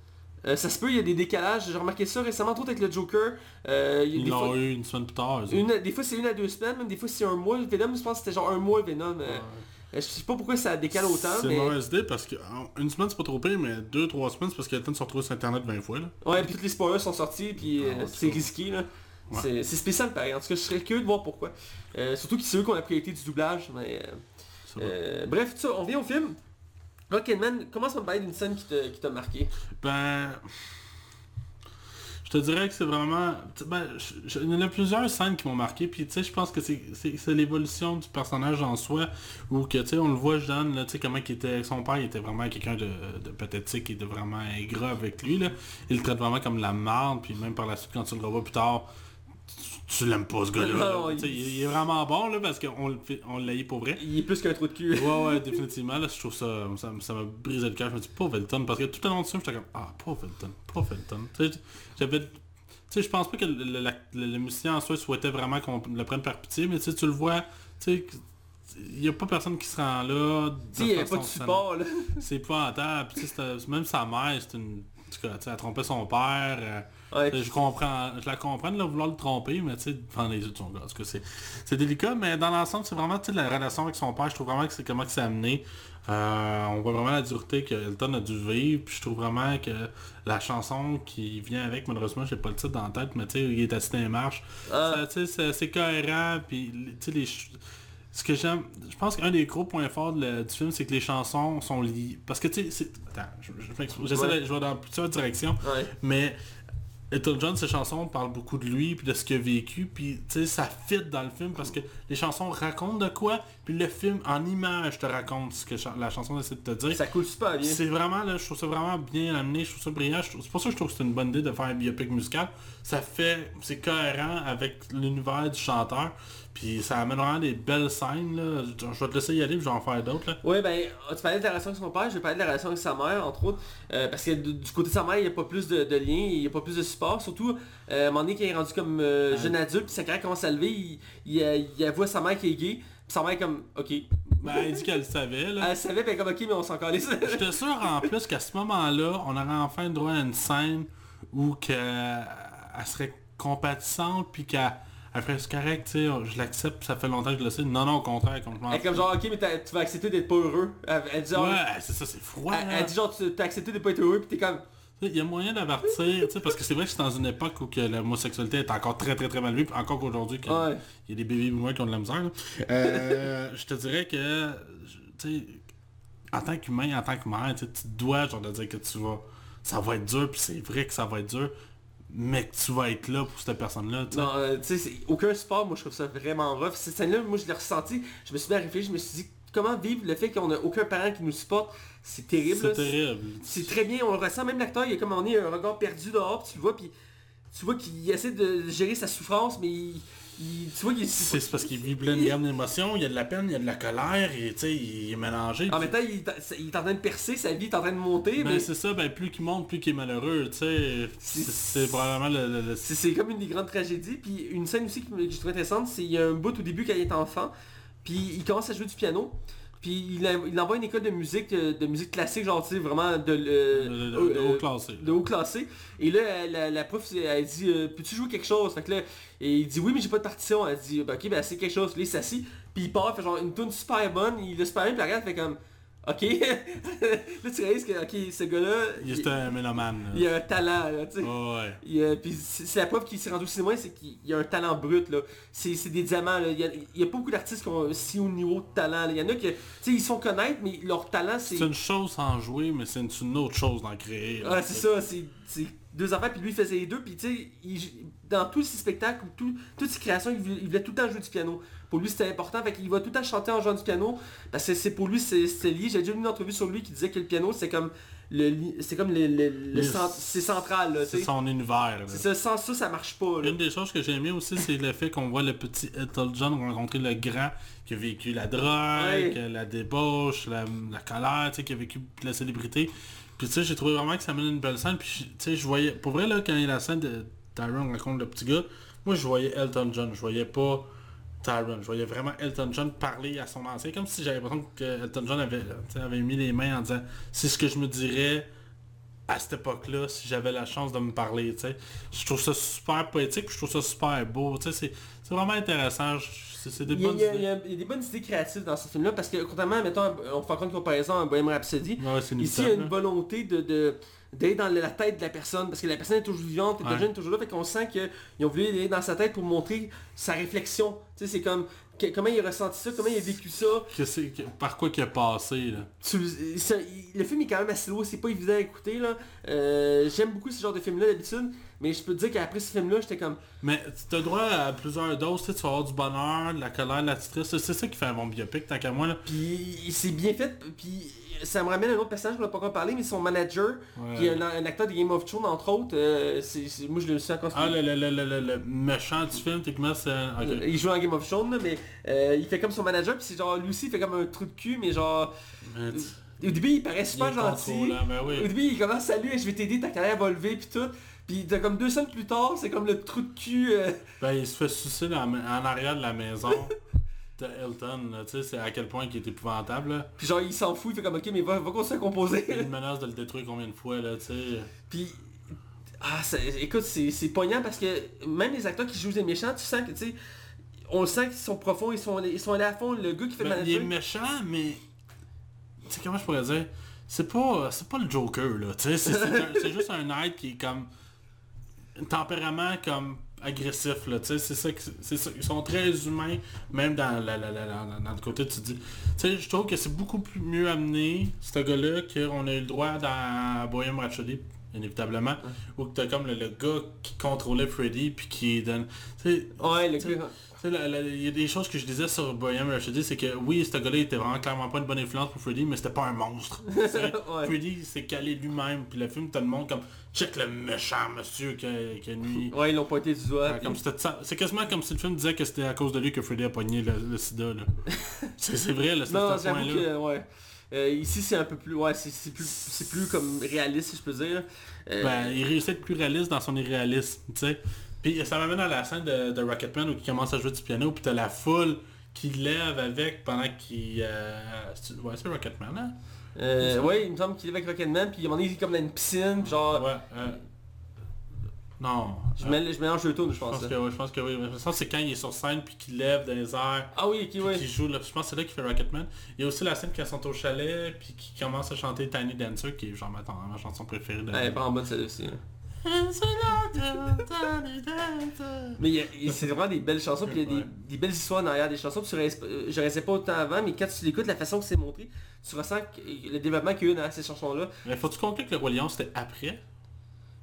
Speaker 1: euh, ça se peut, il y a des décalages, j'ai remarqué ça récemment, trop avec le Joker, euh, il y a
Speaker 2: Ils
Speaker 1: des
Speaker 2: l'ont
Speaker 1: fois...
Speaker 2: eu une semaine plus tard, eux autres.
Speaker 1: Une, des fois c'est une à deux semaines, même des fois c'est un mois. Venom, je pense que c'était genre un mois Venom. euh, Je sais pas pourquoi ça décale autant,
Speaker 2: C'est
Speaker 1: mais...
Speaker 2: une mauvaise idée parce que en- une semaine c'est pas trop pire, mais deux, trois semaines c'est parce qu'il y a le temps de se retrouver sur internet 20 fois là.
Speaker 1: Ouais, puis tous les spoilers sont sortis, puis euh,
Speaker 2: Ah, ouais,
Speaker 1: c'est
Speaker 2: ça.
Speaker 1: risqué, là.
Speaker 2: Ouais.
Speaker 1: C'est c'est spécial, pareil. En tout cas, je serais curieux de voir pourquoi. Euh, surtout que c'est eux qu'on a priorité du doublage, mais... euh,
Speaker 2: Ça va.
Speaker 1: euh, bref, tout ça, on vient au film. Rocketman, commence par me parler d'une scène qui te- qui t'a marqué.
Speaker 2: Ben. Je te dirais que c'est vraiment. Ben, je- je- il y en a plusieurs scènes qui m'ont marqué, puis tu sais, je pense que c'est- c'est c'est l'évolution du personnage en soi, où que tu sais, on le voit, Jeanne, là, tu sais, comment qu'il était. Son père, il était vraiment quelqu'un de, de pathétique et de vraiment aigre avec lui, là. Il le traite vraiment comme de la merde, puis même par la suite, quand tu le revois plus tard, tu- tu l'aimes pas ce gars-là.
Speaker 1: Non,
Speaker 2: là.
Speaker 1: il-
Speaker 2: Tu sais, il... il est vraiment bon là parce qu'on le fait- on l'a eu pour vrai.
Speaker 1: Il est plus qu'un trou de cul.
Speaker 2: Ouais, ouais, définitivement. Là, je trouve ça, ça, ça m'a brisé le cœur. Je me dis, pauvre Elton, parce que tout le long du film, j'étais comme, ah, pauvre Elton, pauvre Elton. Tu sais, j'avais... Tu sais, je pense pas que le, le- la- le- le musicien en soi souhaitait vraiment qu'on le prenne par pitié, mais tu sais, tu le vois, tu sais, que- il y a pas personne qui se rend là. de
Speaker 1: Tu sais, il n'y avait
Speaker 2: façon
Speaker 1: pas de support, là.
Speaker 2: sam- C'est épouvantable. Puis, tu sais, c'était- même sa mère, c'est une... En tout cas, tu sais, elle trompait son père. euh,
Speaker 1: Ouais,
Speaker 2: je comprends, je la comprends de vouloir le tromper, mais tu sais, devant les yeux de son gars, en tout cas, c'est, c'est délicat, mais dans l'ensemble, c'est vraiment, tu sais, la relation avec son père, je trouve vraiment que c'est comment que c'est amené. Euh, on voit vraiment la dureté que Elton a dû vivre, puis je trouve vraiment que la chanson qui vient avec, malheureusement, j'ai pas le titre dans la tête, mais tu sais, il est assis dans les marches,
Speaker 1: Ah.
Speaker 2: Ça, tu sais, c'est, c'est cohérent, puis tu sais, les... ch- Ce que j'aime, je pense qu'un des gros points forts de la- du film, c'est que les chansons sont liées. Parce que tu sais, c'est... Attends, je, je, m'explique. J'essaie
Speaker 1: Ouais.
Speaker 2: de- je vais dans plusieurs directions.
Speaker 1: ouais.
Speaker 2: Mais Elton John, ses chansons parlent beaucoup de lui, puis de ce qu'il a vécu, puis tu sais, ça fit dans le film parce que les chansons racontent de quoi, puis le film en image te raconte ce que cha- la chanson essaie de te dire.
Speaker 1: Ça coule super bien.
Speaker 2: C'est vraiment, là, je trouve ça vraiment bien amené, je trouve ça brillant, je trouve- c'est pour ça que je trouve que c'est une bonne idée de faire un biopic musical. Ça fait, c'est cohérent avec l'univers du chanteur, puis ça amène vraiment des belles scènes, là. Je, je vais te laisser y aller, puis je vais en faire d'autres, là.
Speaker 1: Ouais, ben, tu parlais de la relation avec son père, je vais parler de la relation avec sa mère, entre autres, euh, parce que du du côté de sa mère, il n'y a pas plus de, de lien, il n'y a pas plus de support, surtout, euh, à un moment donné, quand il est rendu comme euh, jeune adulte, puis sa carrière commence à lever, il, il, euh, il voit sa mère qui est gay, puis sa mère est comme, ok.
Speaker 2: Ben, elle dit qu'elle le savait, là.
Speaker 1: Elle savait, puis elle est comme, ok, mais on s'en calisse.
Speaker 2: J'étais sûr en plus qu'à ce moment-là, on aurait enfin droit à une scène où que, euh, elle serait compatissante puis qu'elle elle ferait ce correct, tu sais, je l'accepte, ça fait longtemps que je le sais. Non, non, au contraire, complètement.
Speaker 1: Elle est comme genre, ok, mais t'as- tu vas accepter d'être pas heureux. Elle, elle dit, genre,
Speaker 2: Ouais, c'est ça, c'est froid.
Speaker 1: elle,
Speaker 2: là.
Speaker 1: elle dit genre, tu- t'as accepté de pas être heureux, puis t'es comme,
Speaker 2: Tu sais, Il y a moyen d'avertir, tu sais, parce que c'est vrai que c'est dans une époque où que l'homosexualité est encore très très très mal vue, puis encore qu'aujourd'hui, que-
Speaker 1: Ouais.
Speaker 2: il y a des bébés moins qui ont de la misère. là. Euh, je te dirais que, tu sais, en tant qu'humain, en tant que mère, tu sais, tu te dois genre de dire que tu vas, ça va être dur, puis c'est vrai que ça va être dur, mais que tu vas être là pour cette personne-là. tu sais.
Speaker 1: Non, euh, tu sais, c'est- aucun sport, moi je trouve ça vraiment rough. Cette scène-là, moi je l'ai ressenti, je me suis mis à réfléchir, je me suis dit, comment vivre le fait qu'on a aucun parent qui nous supporte, c'est terrible.
Speaker 2: C'est
Speaker 1: là.
Speaker 2: terrible.
Speaker 1: C'est très bien, on le ressent, même l'acteur, il est comme on est un regard perdu dehors, puis tu le vois, puis tu vois qu'il essaie de gérer sa souffrance, mais il, il- tu vois qu'il
Speaker 2: C'est c'est parce qu'il vit plein de gamme d'émotions, il y a de la peine, il y a de la colère, et tu sais, il est mélangé.
Speaker 1: En
Speaker 2: puis-
Speaker 1: même temps, il, est- il est en train de percer, sa vie est en train de monter,
Speaker 2: Ben,
Speaker 1: mais
Speaker 2: c'est ça, ben plus qu'il monte, plus qu'il est malheureux, tu sais. C'est- C'est probablement le... le- le-
Speaker 1: c'est c'est comme une des grandes tragédies. Puis une scène aussi qui me- que je trouve intéressante, c'est il y a un bout au début quand il est enfant, puis il commence à jouer du piano. Puis il, en- il envoie une école de musique, euh, de musique classique, genre, tu sais, vraiment de,
Speaker 2: le-
Speaker 1: euh,
Speaker 2: le-
Speaker 1: euh,
Speaker 2: le haut classé. là.
Speaker 1: de haut classé. Et là, elle- la, la prof, elle dit, euh, peux-tu jouer quelque chose? Fait que là, et il dit, oui, mais j'ai pas de partition. Elle dit, bah, ok, ben c'est quelque chose. Là, il s'assit, puis il part, fait genre une tune super bonne, il le super bien, puis la regarde, fait comme, ok. là, tu réalises que, ok, ce gars-là,
Speaker 2: Il est un mélomane. là.
Speaker 1: il a un talent, là, tu sais.
Speaker 2: Ouais, ouais.
Speaker 1: Il, euh, puis c'est c'est la preuve qu'il s'est rendu au cinéma, c'est qu'il y a un talent brut là. C'est c'est des diamants là. Il y a, il y a pas beaucoup d'artistes qui ont si haut niveau de talent. là. Il y en a que, tu sais, ils sont connaître, mais leur talent c'est...
Speaker 2: C'est une chose sans jouer, mais c'est une, c'est une autre chose d'en créer. là.
Speaker 1: Ouais, Ah, c'est ça, c'est c'est deux enfants, puis lui il faisait les deux, puis tu sais, il- dans tous ses spectacles, ou tout- toutes ses créations, il voulait, il voulait tout le temps jouer du piano. Pour lui c'était important, fait qu'il va tout le temps chanter en jouant du piano, parce que c'est pour lui c'est c'est lié. J'ai déjà lu une entrevue sur lui qui disait que le piano c'est comme le li- c'est comme le, le- le
Speaker 2: Mais
Speaker 1: cent- c'est central là, tu
Speaker 2: C'est
Speaker 1: sais.
Speaker 2: son univers. là.
Speaker 1: C'est ça, sans ça ça marche pas là.
Speaker 2: Une des choses que j'ai aimé aussi, c'est le fait qu'on voit le petit Elton John rencontrer le grand qui a vécu la drogue,
Speaker 1: Ouais.
Speaker 2: la débauche, la, la colère, tu sais, qui a vécu la célébrité. Puis tu sais, j'ai trouvé vraiment que ça mène une belle scène. Puis je- tu sais, je voyais, pour vrai là, quand il y a la scène de Tyron rencontre le petit gars, moi je voyais Elton John, je voyais pas Tyron, je voyais vraiment Elton John parler à son ancien, comme si j'avais l'impression que Elton John avait, tu sais, avait mis les mains en disant, c'est ce que je me dirais à cette époque-là si j'avais la chance de me parler, tu sais. Je trouve ça super poétique, puis je trouve ça super beau, tu sais, c'est- c'est vraiment intéressant, je- c'est c'est des
Speaker 1: Il y, a,
Speaker 2: bonnes
Speaker 1: il y a- il y
Speaker 2: idées.
Speaker 1: a- il y a des bonnes idées créatives dans ce film-là parce que contrairement, mettons, à- on fait encore une comparaison à Bohemian Rhapsody,
Speaker 2: Ouais, c'est hein.
Speaker 1: ici il y a une
Speaker 2: inévitable,
Speaker 1: volonté de, de- d'aller dans la tête de la personne parce que la personne est toujours vivante, le
Speaker 2: Ouais.
Speaker 1: jeune est toujours là, fait qu'on sent qu'ils ont voulu aller dans sa tête pour montrer sa réflexion. Tu sais, c'est comme que- comment il a ressenti ça, comment il a vécu ça.
Speaker 2: là. Que c'est- que- par quoi qu'il est passé, là.
Speaker 1: Tu- ça- il- le film est quand même assez lourd, c'est pas évident à écouter là. Euh, J'aime beaucoup ce genre de film là d'habitude, Mais je peux te dire qu'après ce film-là, j'étais comme...
Speaker 2: Mais tu as droit à plusieurs doses, tu sais, tu vas avoir du bonheur, de la colère, de la tristesse. C'est ça qui fait un bon biopic, tant qu'à moi. Là.
Speaker 1: Puis c'est bien fait, puis ça me ramène à un autre personnage qu'on n'a pas encore parlé, mais son manager,
Speaker 2: Ouais.
Speaker 1: qui est un, un acteur de Game of Thrones, entre autres. euh, c'est- c'est- moi, je le suis encore...
Speaker 2: Ah, le, le, le, le, le- le méchant du film, techniquement, c'est... ok.
Speaker 1: Il joue en Game of Thrones, là, mais euh, il fait comme son manager, puis c'est genre, lui aussi, il fait comme un trou de cul, mais genre...
Speaker 2: Mais tu-
Speaker 1: Au début, il paraît
Speaker 2: il
Speaker 1: super
Speaker 2: est
Speaker 1: euh, gentil.
Speaker 2: contrôlant, ben oui.
Speaker 1: Au début, il commence à lui, je vais t'aider, ta carrière va lever, puis tout. Puis t'as comme deux semaines plus tard, c'est comme le trou de cul. euh,
Speaker 2: Ben, il se fait sucer dans- en arrière de la maison de Elton, là, tu sais, c'est à quel point il est épouvantable. là.
Speaker 1: puis genre, il s'en fout, il fait comme, ok, mais va, va qu'on se composer.
Speaker 2: Il menace de le détruire combien de fois, là, tu sais.
Speaker 1: puis, ah, ça- écoute, c'est c'est poignant parce que même les acteurs qui jouent des méchants, tu sens que, tu sais, on le sent qu'ils sont profonds, ils sont, allés- ils sont allés à fond. Le gars qui fait
Speaker 2: Ben,
Speaker 1: le
Speaker 2: il est
Speaker 1: manager,
Speaker 2: méchant, mais... Tu sais, comment je pourrais dire? C'est pas, c'est pas le Joker, là, tu sais. C'est c'est un- c'est juste un être qui est comme... un tempérament comme agressif, là, tu sais. C'est ça, que- c'est ça. Ils sont très humains, même dans, la, la- la- la- dans le côté, tu dis... Tu sais, je trouve que c'est beaucoup plus mieux amené, ce gars-là, qu'on a eu le droit dans Bohemian Rhapsody, inévitablement, où t'as comme le, le gars qui contrôlait Freddy, puis qui donne... tu sais,
Speaker 1: ouais, le
Speaker 2: tu sais,
Speaker 1: gars.
Speaker 2: tu sais, la- la- il y a des choses que je disais sur Bohemian Rhapsody, c'est que oui, ce gars-là il était vraiment clairement pas une bonne influence pour Freddy, mais c'était pas un monstre. Tu sais,
Speaker 1: Ouais.
Speaker 2: Freddy il s'est calé lui-même, puis le film te le montre comme check le méchant monsieur que, que lui.
Speaker 1: Ouais, ils l'ont pointé du doigt.
Speaker 2: Ah,
Speaker 1: puis-
Speaker 2: comme c'était ça- C'est quasiment comme si le film disait que c'était à cause de lui que Freddy a pogné le, le sida. là. C'est c'est vrai, là, c'est
Speaker 1: Non,
Speaker 2: à ce
Speaker 1: j'avoue
Speaker 2: point-là.
Speaker 1: que ouais. Euh, ici c'est un peu plus. Ouais, c'est c'est plus, c'est plus comme réaliste si je peux dire. Euh,
Speaker 2: Ben, il réussit à être plus réaliste dans son irréalisme, tu sais. Puis ça m'amène à la scène de, de Rocketman où il commence à jouer du piano, puis t'as la foule qui lève avec pendant qu'il... euh, c'est- ouais, c'est Rocketman, hein?
Speaker 1: euh, ouais, il me semble qu'il est avec Rocketman, puis on est comme dans une piscine, puis genre.
Speaker 2: Ouais. euh, Non.
Speaker 1: Je,
Speaker 2: euh,
Speaker 1: mêle- je mélange le tour, je
Speaker 2: je
Speaker 1: pense.
Speaker 2: pense
Speaker 1: là.
Speaker 2: que oui, je pense que oui. Mais Je pense que c'est quand il est sur scène, puis qu'il lève dans les airs,
Speaker 1: Ah oui, ok, ouais.
Speaker 2: qui joue, là, je pense que c'est là qu'il fait Rocketman. Il y a aussi la scène quand ils sont au chalet, puis qui commence à chanter Tiny Dancer, qui est genre ma, ma chanson préférée de...
Speaker 1: Ouais, pas en mode celle-là aussi. là.
Speaker 2: Tiny Dancer.
Speaker 1: Mais il y a- il- c'est vraiment des belles chansons, puis il y a des,
Speaker 2: Ouais.
Speaker 1: des belles histoires derrière des chansons, puis tu réalises- euh, je réalisais pas autant avant, mais quand tu l'écoutes, la façon que c'est montré, tu ressens que- le développement qu'il y a eu dans ces chansons-là.
Speaker 2: Mais faut-tu conclure que le Roi Lion c'était après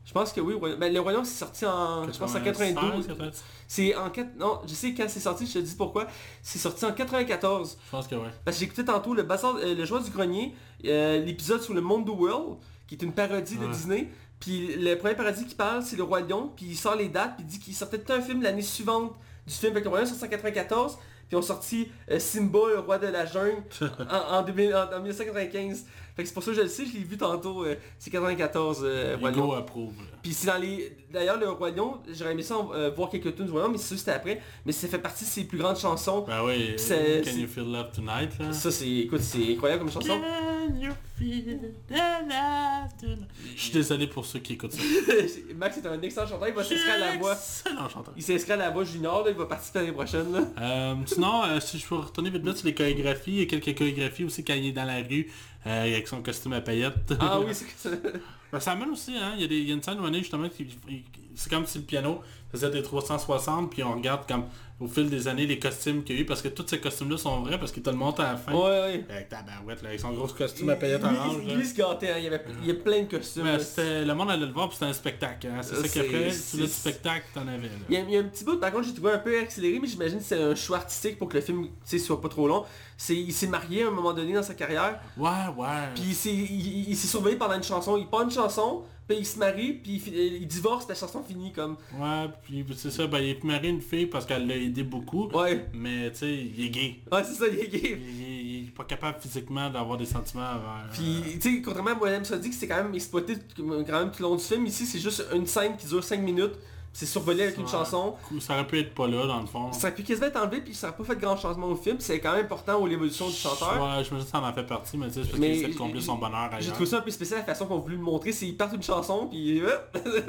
Speaker 1: Je pense que oui, ouais. ben, le Royaume c'est sorti en, je pense en 92.
Speaker 2: 96,
Speaker 1: C'est en 4... Non, je sais quand c'est sorti, je te dis pourquoi. C'est sorti en 94.
Speaker 2: Je pense que ouais.
Speaker 1: Parce que j'écoutais tantôt le bazar, euh, le joueur du grenier, euh, l'épisode sur le monde du world, qui est une parodie de
Speaker 2: Ouais.
Speaker 1: Disney. Puis le premier parodie qui parle, c'est le roi lion. Puis il sort les dates, puis il dit qu'il sortait tout un film l'année suivante du film avec le roi lion, sorti en 94. Puis on sorti euh, Simba, le roi de la jungle, en, en 2000 en- en 1995. Fait que c'est pour ça que je le sais, je l'ai vu tantôt. euh, c'est 94, euh, roi lion.
Speaker 2: Hugo approuve. là.
Speaker 1: Puis c'est dans les... D'ailleurs, le Roi Lion, j'aurais aimé ça euh, voir quelques tunes du Roi Lion, mais ça c'était après. Mais ça fait partie de ses plus grandes chansons.
Speaker 2: Ben oui,
Speaker 1: C'est-
Speaker 2: Can
Speaker 1: c'est-
Speaker 2: you feel love tonight là
Speaker 1: Ça, c'est... Écoute, c'est incroyable comme chanson.
Speaker 2: Can you feel the love tonight Je suis désolé pour ceux qui écoutent ça.
Speaker 1: Max est un excellent chanteur, il va s'inscrire à la voix.
Speaker 2: Excellent chanteur.
Speaker 1: Il s'inscrit à la voix junior, là, il va participer l'année prochaine. Là.
Speaker 2: Euh, sinon, euh, si je peux retourner vite vite sur les chorégraphies, il y a quelques chorégraphies aussi quand il est dans la rue euh, avec son costume à paillettes.
Speaker 1: Ah oui, c'est ça.
Speaker 2: Ben, ça amène aussi, hein, il y, a des- il y a une scène où on est justement, qui- qui- c'est comme si le piano faisait des 360, puis on regarde comme au fil des années les costumes qu'il y a eu, parce que tous ces costumes-là sont vrais, parce qu'ils te le montrent à la fin.
Speaker 1: Ouais, ouais.
Speaker 2: Avec ta barouette, là, avec son gros costume à paillettes orange.
Speaker 1: Lui,
Speaker 2: là.
Speaker 1: lui, il se gâtait, hein, il, y avait, il y a plein de costumes.
Speaker 2: Ben,
Speaker 1: là.
Speaker 2: c'était- le monde allait le voir, puis c'était un spectacle. hein. C'est
Speaker 1: Ça,
Speaker 2: ça qu'il a
Speaker 1: c'est-
Speaker 2: fait,
Speaker 1: c'est-
Speaker 2: sur le spectacle, t'en avais. là.
Speaker 1: Il y, a, il y a un petit bout, par contre j'ai trouvé un peu accéléré, mais j'imagine que c'est un choix artistique pour que le film tu sais, soit pas trop long. C'est, il s'est marié à un moment donné dans sa carrière,
Speaker 2: Ouais, ouais.
Speaker 1: puis il s'est, il, il s'est surveillé pendant une chanson. Il prend une chanson, puis il se marie, puis il, fi- il divorce, la chanson finit comme...
Speaker 2: Ouais, puis c'est ça, ben, il est marié à une fille parce qu'elle l'a aidé beaucoup,
Speaker 1: Ouais,
Speaker 2: mais tu sais, il est gay.
Speaker 1: ouais c'est ça, il est gay.
Speaker 2: Il, il- il est pas capable physiquement d'avoir des sentiments envers...
Speaker 1: Puis, tu sais, contrairement à Bohemian Rhapsody, que c'est quand même exploité t- quand même tout le long du film, ici c'est juste une scène qui dure 5 minutes, puis c'est survolé avec une
Speaker 2: Ouais.
Speaker 1: chanson.
Speaker 2: Ou euh, Ça aurait pu être pas là, dans le fond.
Speaker 1: Ça a pu quasiment être enlevé, puis ça n'a pas fait de grand changement au film, puis c'est quand même important au l'évolution du chanteur.
Speaker 2: Ouais, je me dis que ça en a fait partie, mais tu sais, c'est parce
Speaker 1: Mais
Speaker 2: qu'il essaie de
Speaker 1: j'ai-
Speaker 2: combler son bonheur
Speaker 1: J'ai
Speaker 2: ailleurs.
Speaker 1: trouvé ça un peu spécial la façon qu'on voulait le montrer, c'est qu'ils partent une chanson, puis... euh,
Speaker 2: Ouais,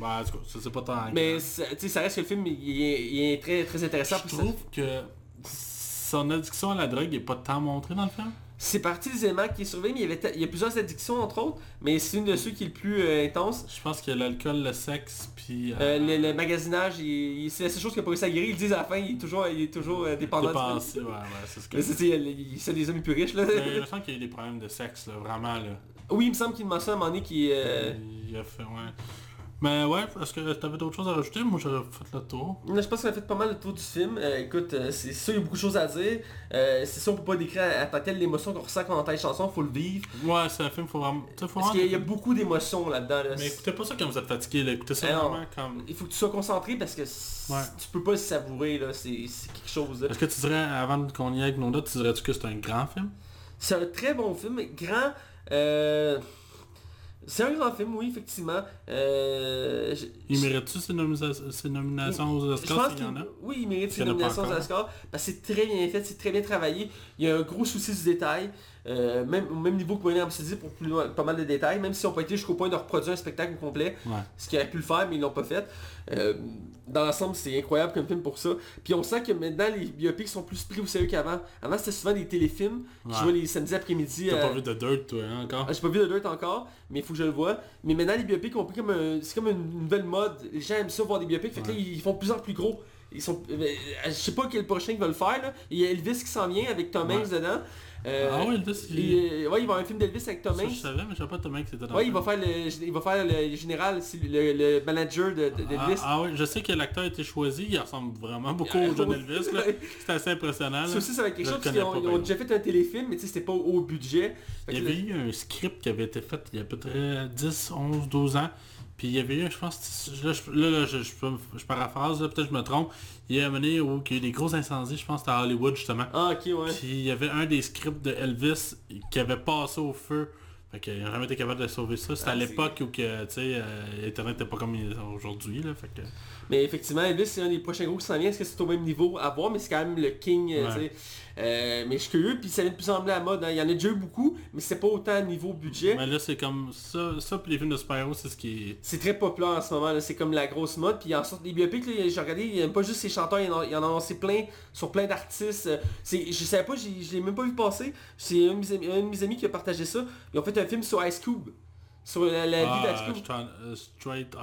Speaker 2: bah, en tout cas, ça c'est pas tant...
Speaker 1: mais, ça- tu sais, ça reste que le film, il est, il est très, très intéressant.
Speaker 2: je
Speaker 1: puis ça-
Speaker 2: trouve que son addiction à la drogue est pas tant montrée dans le film.
Speaker 1: C'est parti des éléments qui est surveillé, mais il y, avait te- il y a plusieurs addictions, entre autres, mais c'est une de ceux qui est le plus euh, intense.
Speaker 2: Je pense que l'alcool, le sexe, puis... euh,
Speaker 1: Euh, le, le magasinage, il- il- c'est la seule chose qui a pas réussi à guérir. Ils le disent à la fin, il est toujours, il est toujours euh, dépendant. du-
Speaker 2: dépenser, ouais, ouais, c'est ce que...
Speaker 1: Mais c'est- c'est le- c'est les hommes les plus riches là.
Speaker 2: Mais je sens qu'il y a eu des problèmes de sexe, là, vraiment, là.
Speaker 1: euh, oui, il me semble qu'il mentionne à un moment donné qui
Speaker 2: Il a fait, ouais. Mais ouais, est-ce que t'avais d'autres choses à rajouter Moi j'aurais fait le tour.
Speaker 1: Je pense qu'on a fait pas mal le tour du film. Euh, écoute, euh, c'est sûr, il y a beaucoup de choses à dire. Euh, c'est sûr, on peut pas décrire à, à tant telle l'émotion qu'on ressent quand on entend les chansons, faut le vivre.
Speaker 2: Ouais, c'est un film, faut vraiment... tu sais, faut
Speaker 1: Parce
Speaker 2: vraiment-
Speaker 1: qu'il y, a- il y a beaucoup d'émotions là-dedans. là.
Speaker 2: Mais écoutez pas ça quand vous êtes fatigué, là. écoutez ça
Speaker 1: Eh non.
Speaker 2: vraiment comme...
Speaker 1: Il faut que tu sois concentré parce que c-
Speaker 2: Ouais.
Speaker 1: tu peux pas le savourer, là. C'est c'est quelque chose. là.
Speaker 2: Est-ce que tu dirais, avant qu'on y aille avec nos notes, tu dirais-tu que c'est un grand film
Speaker 1: C'est un très bon film, grand. euh, C'est un grand film, oui, effectivement. Euh, je-
Speaker 2: Il mérite-tu ses, nomisa- ses nominations aux
Speaker 1: Je pense
Speaker 2: Oscars s'il
Speaker 1: qu'il
Speaker 2: y en a
Speaker 1: oui, il mérite ses
Speaker 2: Il y en a pas
Speaker 1: nominations aux
Speaker 2: encore.
Speaker 1: Oscars parce que c'est très bien fait, c'est très bien travaillé. Il y a un gros souci du détail, euh, même au même niveau que William dit pour plus loin- pas mal de détails, même si on peut été jusqu'au point de reproduire un spectacle au complet,
Speaker 2: Ouais.
Speaker 1: ce qu'ils auraient pu le faire mais ils l'ont pas fait. Euh, dans l'ensemble, c'est incroyable comme film pour ça. Puis on sent que maintenant les biopics sont plus pris au sérieux qu'avant. Avant, c'était souvent des téléfilms qui
Speaker 2: Ouais.
Speaker 1: jouaient les samedis après-midi. euh,
Speaker 2: T'as
Speaker 1: à-
Speaker 2: pas vu de Dirt, toi, hein, encore
Speaker 1: ah, J'ai pas vu de Dirt encore, mais il faut que je le vois. Mais maintenant, les biopics ont pris comme un... C'est comme une nouvelle mode. Les gens aiment ça voir des biopics, fait que là,
Speaker 2: Ouais.
Speaker 1: ils font de plus en plus gros. Ils sont... euh, Je sais pas quel prochain qu'ils veulent faire, là. Il y a Elvis qui s'en vient avec Tom
Speaker 2: Ouais.
Speaker 1: Hanks dedans. Euh,
Speaker 2: Ah ouais, Elvis, il-
Speaker 1: et, euh, ouais, il va y avoir un film d'Elvis avec Tom
Speaker 2: Ça, je
Speaker 1: Hanks.
Speaker 2: savais, mais je savais pas Thomas que c'était dans
Speaker 1: Ouais,
Speaker 2: le
Speaker 1: il va faire le, il va faire le général, c'est le, le manager de- de-
Speaker 2: Ah,
Speaker 1: d'Elvis.
Speaker 2: ah ouais, je sais que l'acteur a été choisi, il ressemble vraiment beaucoup
Speaker 1: Ah,
Speaker 2: au John
Speaker 1: oui.
Speaker 2: Elvis. là. C'est assez impressionnant. là.
Speaker 1: ça aussi, ça va être quelque
Speaker 2: Je
Speaker 1: chose,
Speaker 2: le
Speaker 1: parce
Speaker 2: connais
Speaker 1: qu'ils ont,
Speaker 2: pas,
Speaker 1: ils
Speaker 2: par
Speaker 1: ont déjà fait un téléfilm, mais tu sais, c'était pas au budget. Fait
Speaker 2: Il y
Speaker 1: que
Speaker 2: avait eu un script qui avait été fait il y a à peu près 10, 11, 12 ans. Puis il y avait eu, je pense, là je, là, là, je, je peux me- je paraphrase, là, peut-être que je me trompe, il y a amené où il y a eu des gros incendies, je pense, c'était à Hollywood justement.
Speaker 1: le- Ah, ok, ouais.
Speaker 2: Puis il y avait un des scripts de Elvis qui avait passé au feu. Fait qu'ils n'ont jamais été capables de sauver ça. C'était
Speaker 1: Ah,
Speaker 2: à
Speaker 1: c'est-
Speaker 2: l'époque où que, tu sais, euh, Internet n'était pas comme il est aujourd'hui. Là, fait que...
Speaker 1: Mais effectivement, Elvis, c'est un des prochains gros qui s'en vient. Est-ce que c'est au même niveau à voir, mais c'est quand même le king, euh,
Speaker 2: Ouais.
Speaker 1: tu sais. Euh, mais je suis curieux, puis ça vient de plus en plus à la mode. hein. Il y en a déjà eu beaucoup, mais c'est pas autant niveau budget.
Speaker 2: Mais là, c'est comme ça. Ça, puis les films de super-héros, c'est ce qui est...
Speaker 1: C'est très populaire en ce moment, là. c'est comme la grosse mode. Puis en sorte des biopics, là, j'ai regardé, il n'y a pas juste ces chanteurs, il y en a, il y en a annoncé plein sur plein d'artistes. Euh, C'est, je savais pas, j'ai- je l'ai même pas vu passer. C'est un, de mes amis- un de mes amis qui a partagé ça. Ils ont fait un film sur Ice Cube. Sur la, la vie
Speaker 2: Ah,
Speaker 1: d'Ice Cube.
Speaker 2: Stra- euh, straight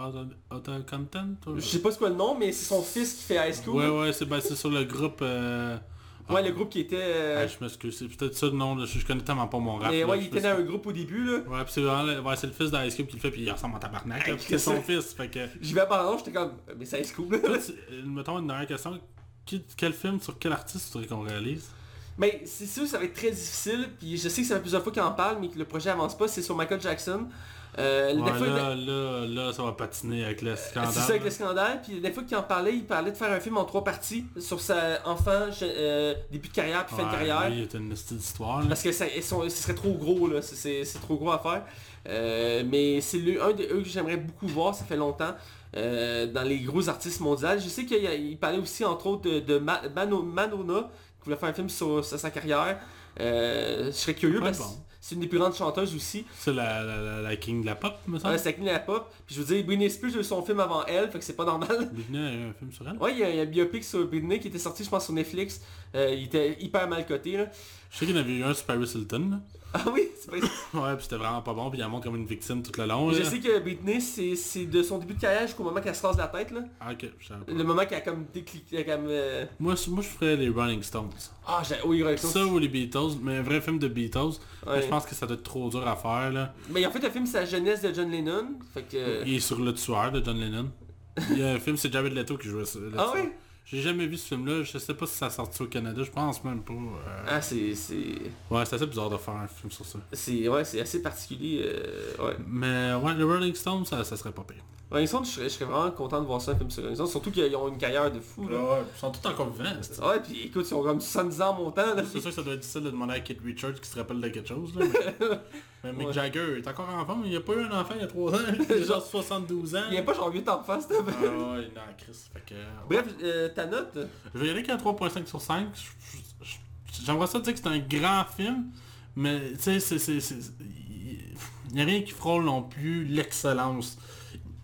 Speaker 2: out of content ou-
Speaker 1: Je sais pas c'est quoi le nom, mais c'est son fils qui fait Ice Cube.
Speaker 2: Ouais,
Speaker 1: Ouais,
Speaker 2: ouais, c'est basé sur le groupe... euh,
Speaker 1: le groupe qui était... euh,
Speaker 2: ah, je m'excuse, c'est peut-être ça le nom, là, je, je connais tellement pas mon rap.
Speaker 1: mais
Speaker 2: là,
Speaker 1: ouais,
Speaker 2: je
Speaker 1: il était
Speaker 2: sais-
Speaker 1: dans un groupe au début, là.
Speaker 2: Ouais, puis c'est vraiment... le- Ouais, c'est le fils d'Ice Cube qui le fait, puis il ressemble en tabarnak, là, puis c'est son fils, fait que...
Speaker 1: J'y vais pardon, j'étais comme, euh, mais ça Ice Cube, là.
Speaker 2: Toi, tu- euh, mettons une dernière question. Qui- quel film sur quel artiste tu voudrais qu'on réalise
Speaker 1: Mais c'est sûr que ça va être très difficile, puis je sais que ça fait plusieurs fois qu'il en parle, mais que le projet avance pas, c'est sur Michael Jackson. Euh, la
Speaker 2: Ouais,
Speaker 1: fois-
Speaker 2: là, là, là, ça va patiner avec le scandale.
Speaker 1: C'est ça avec
Speaker 2: là.
Speaker 1: le scandale, puis des fois qu'il en parlait, il parlait de faire un film en trois parties sur sa enfant, je- euh, début de carrière, puis fin de
Speaker 2: Ouais,
Speaker 1: carrière.
Speaker 2: lui, il est une petite histoire. là.
Speaker 1: Parce que ça, ils sont- ce serait trop gros, là. C'est- C'est c'est trop gros à faire. Euh, mais c'est le- un de eux que j'aimerais beaucoup voir, ça fait longtemps, euh, dans les gros artistes mondiaux. Je sais qu'il y a- il parlait aussi, entre autres, de, de Ma- Mano- Madonna, qui voulait faire un film sur, sur sa carrière. Euh, je serais curieux,
Speaker 2: Ouais,
Speaker 1: parce que
Speaker 2: bon.
Speaker 1: c'est une des plus grandes chanteuses aussi.
Speaker 2: C'est la, la, la- la king de la pop, me semble.
Speaker 1: Euh, c'est avec la pop. Puis je veux dire, Britney Spears a eu son film avant elle, fait que c'est pas normal.
Speaker 2: Disney a eu un film sur elle.
Speaker 1: Ouais, il y, a il y a un biopic sur Britney qui était sorti, je pense, sur Netflix. Euh, il était hyper mal coté, là.
Speaker 2: Je sais qu'il y en avait eu un sur Paris Hilton. là.
Speaker 1: Ah oui, c'est pas...
Speaker 2: Ouais, puis c'était vraiment pas bon, puis il la montre comme une victime tout le long.
Speaker 1: Je
Speaker 2: là.
Speaker 1: sais que Britney, c'est c'est de son début de carrière jusqu'au moment qu'elle se rase la tête, là.
Speaker 2: Ah, ok, je savais pas.
Speaker 1: Le moment qu'elle a comme décliqué, comme... euh,
Speaker 2: Moi, c- moi, je ferais les Rolling Stones.
Speaker 1: Ah, j'ai... Oui, Rolling Stones.
Speaker 2: Ça ou les Beatles, mais un vrai film de Beatles.
Speaker 1: Ouais.
Speaker 2: Je pense que ça doit être trop dur à faire. Là.
Speaker 1: Mais en fait, le film, c'est la jeunesse de John Lennon. Fait que...
Speaker 2: Il est sur le tueur de John Lennon. Il y a un film, c'est Jared Leto qui jouait ça. le
Speaker 1: Ah
Speaker 2: tueur.
Speaker 1: oui?
Speaker 2: J'ai jamais vu ce film-là, je sais pas si ça a sorti au Canada, je pense même pas. euh.
Speaker 1: Ah, c'est... C'est...
Speaker 2: Ouais, c'est assez bizarre de faire un film sur ça.
Speaker 1: c'est- Ouais, c'est assez particulier. euh, Ouais.
Speaker 2: Mais ouais, le Rolling Stone, ça, ça serait pas pire.
Speaker 1: Rolling Stones, je serais, je serais vraiment content de voir ça, un film sur Rolling Stones. Surtout qu'ils ont une carrière de fou, là. Ah
Speaker 2: ils sont tous encore vivants. C'est
Speaker 1: Ouais, puis écoute, ils ont comme 70 ans montant, là.
Speaker 2: c'est sûr que ça doit être difficile de demander à Kit Richards qui se rappelle de quelque chose. Là, mais mais Mick
Speaker 1: Ouais.
Speaker 2: Jagger est encore enfant, mais il a pas eu un enfant il y a 3 ans. Il a genre 72 ans.
Speaker 1: Il y a pas genre 8 ans de face, là.
Speaker 2: Ah ouais, non, Chris. Fait que...
Speaker 1: Bref, euh, ta note
Speaker 2: Je vais y aller qu'à 3.5 sur 5. Je- je- je- J'aimerais ça dire que c'est un grand film, mais tu sais, c'est- c'est- c'est- il n'y a rien qui frôle non plus l'excellence.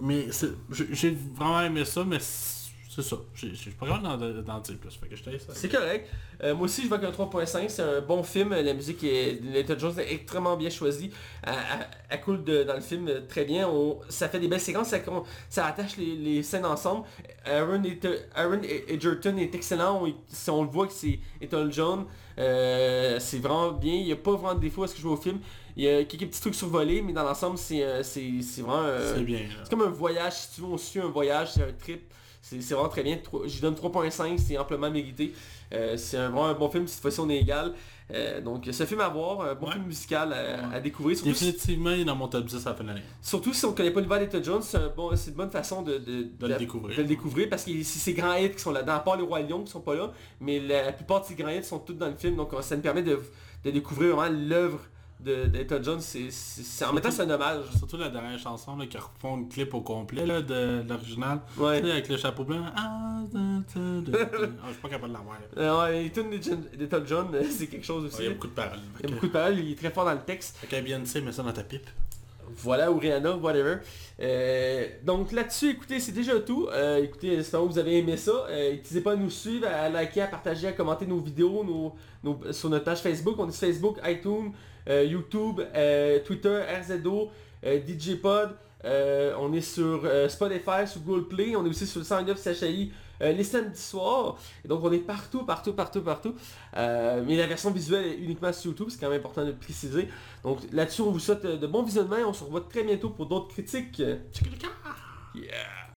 Speaker 2: Mais c'est- je- j'ai vraiment aimé ça, mais c'est- C'est ça. Je je suis pas grave d'en d'en dire plus. Fait que je te laisse ça.
Speaker 1: C'est correct. Euh, moi aussi, je vais avec un 3.5. C'est un bon film. La musique est... Little Jones est extrêmement bien choisie. Elle, elle- elle coule de- dans le film euh, très bien. On- ça fait des belles séquences. Ça, con- ça attache les, les scènes ensemble. Aaron, est- Aaron E-, Edgerton est excellent. On, si on le voit que c'est Little John. euh, c'est vraiment bien. Il n'y a pas vraiment de défaut à ce que je vois au film. Il y a quelques petits trucs survolés, mais dans l'ensemble, c'est euh, c'est- c'est vraiment... euh,
Speaker 2: C'est bien. là.
Speaker 1: c'est comme un voyage, si tu veux, on suit un voyage, c'est un trip. C'est c'est vraiment très bien. Trois- J'y donne 3.5, c'est amplement mérité. Euh, c'est un- vraiment un bon film, cette fois-ci on est égal. Euh, donc ce film à voir, un bon
Speaker 2: Ouais.
Speaker 1: film musical à, à découvrir. Surtout si,
Speaker 2: Définitivement, il est dans mon top 10 à la fin de l'année.
Speaker 1: surtout si on connaît pas l'univers d'Etta Jones, c'est un bon- c'est une bonne façon de, de-
Speaker 2: De le découvrir.
Speaker 1: de le découvrir parce que c'est ces grands hits qui sont là-dedans, à part les Rois Lions qui sont pas là, mais la plupart de ces grands hits sont tous dans le film, donc euh, ça nous permet de, de découvrir vraiment l'œuvre de- d'Etta Jones. C'est- c'est- c'est- en même temps c'est un hommage.
Speaker 2: Surtout la dernière chanson là, qui refont le clip au complet là, de l'original.
Speaker 1: Ouais.
Speaker 2: Tu sais, Avec le chapeau blanc. Ah, da, da, da, da. Ah, je suis pas capable de l'avoir. Ouais,
Speaker 1: Euh, ouais, les tunes d'Etta Jones, euh, c'est quelque chose
Speaker 2: Ah, Il
Speaker 1: aussi.
Speaker 2: y a beaucoup de paroles.
Speaker 1: Il y a beaucoup de paroles, il est très fort dans le texte.
Speaker 2: Fait que Beyoncé, mets ça dans ta pipe.
Speaker 1: Voilà, ou Rihanna, whatever. Euh, donc là-dessus, écoutez, c'est déjà tout. Euh, écoutez, j'espère que vous avez aimé ça. Euh, N'hésitez pas à nous suivre, à liker, à partager, à commenter nos vidéos nos, nos- sur notre page Facebook. On est sur Facebook, iTunes, euh, YouTube, euh, Twitter, RZO, euh, DJ Pod. Euh, on est sur euh, Spotify, sur Google Play. On est aussi sur le 109 CHI euh, les samedis soirs. Et donc on est partout, partout, partout, partout. Euh, mais la version visuelle est uniquement sur YouTube, c'est quand même important de le préciser. Donc là-dessus, on vous souhaite euh, de bons visionnements et on se revoit très bientôt pour d'autres critiques. Yeah!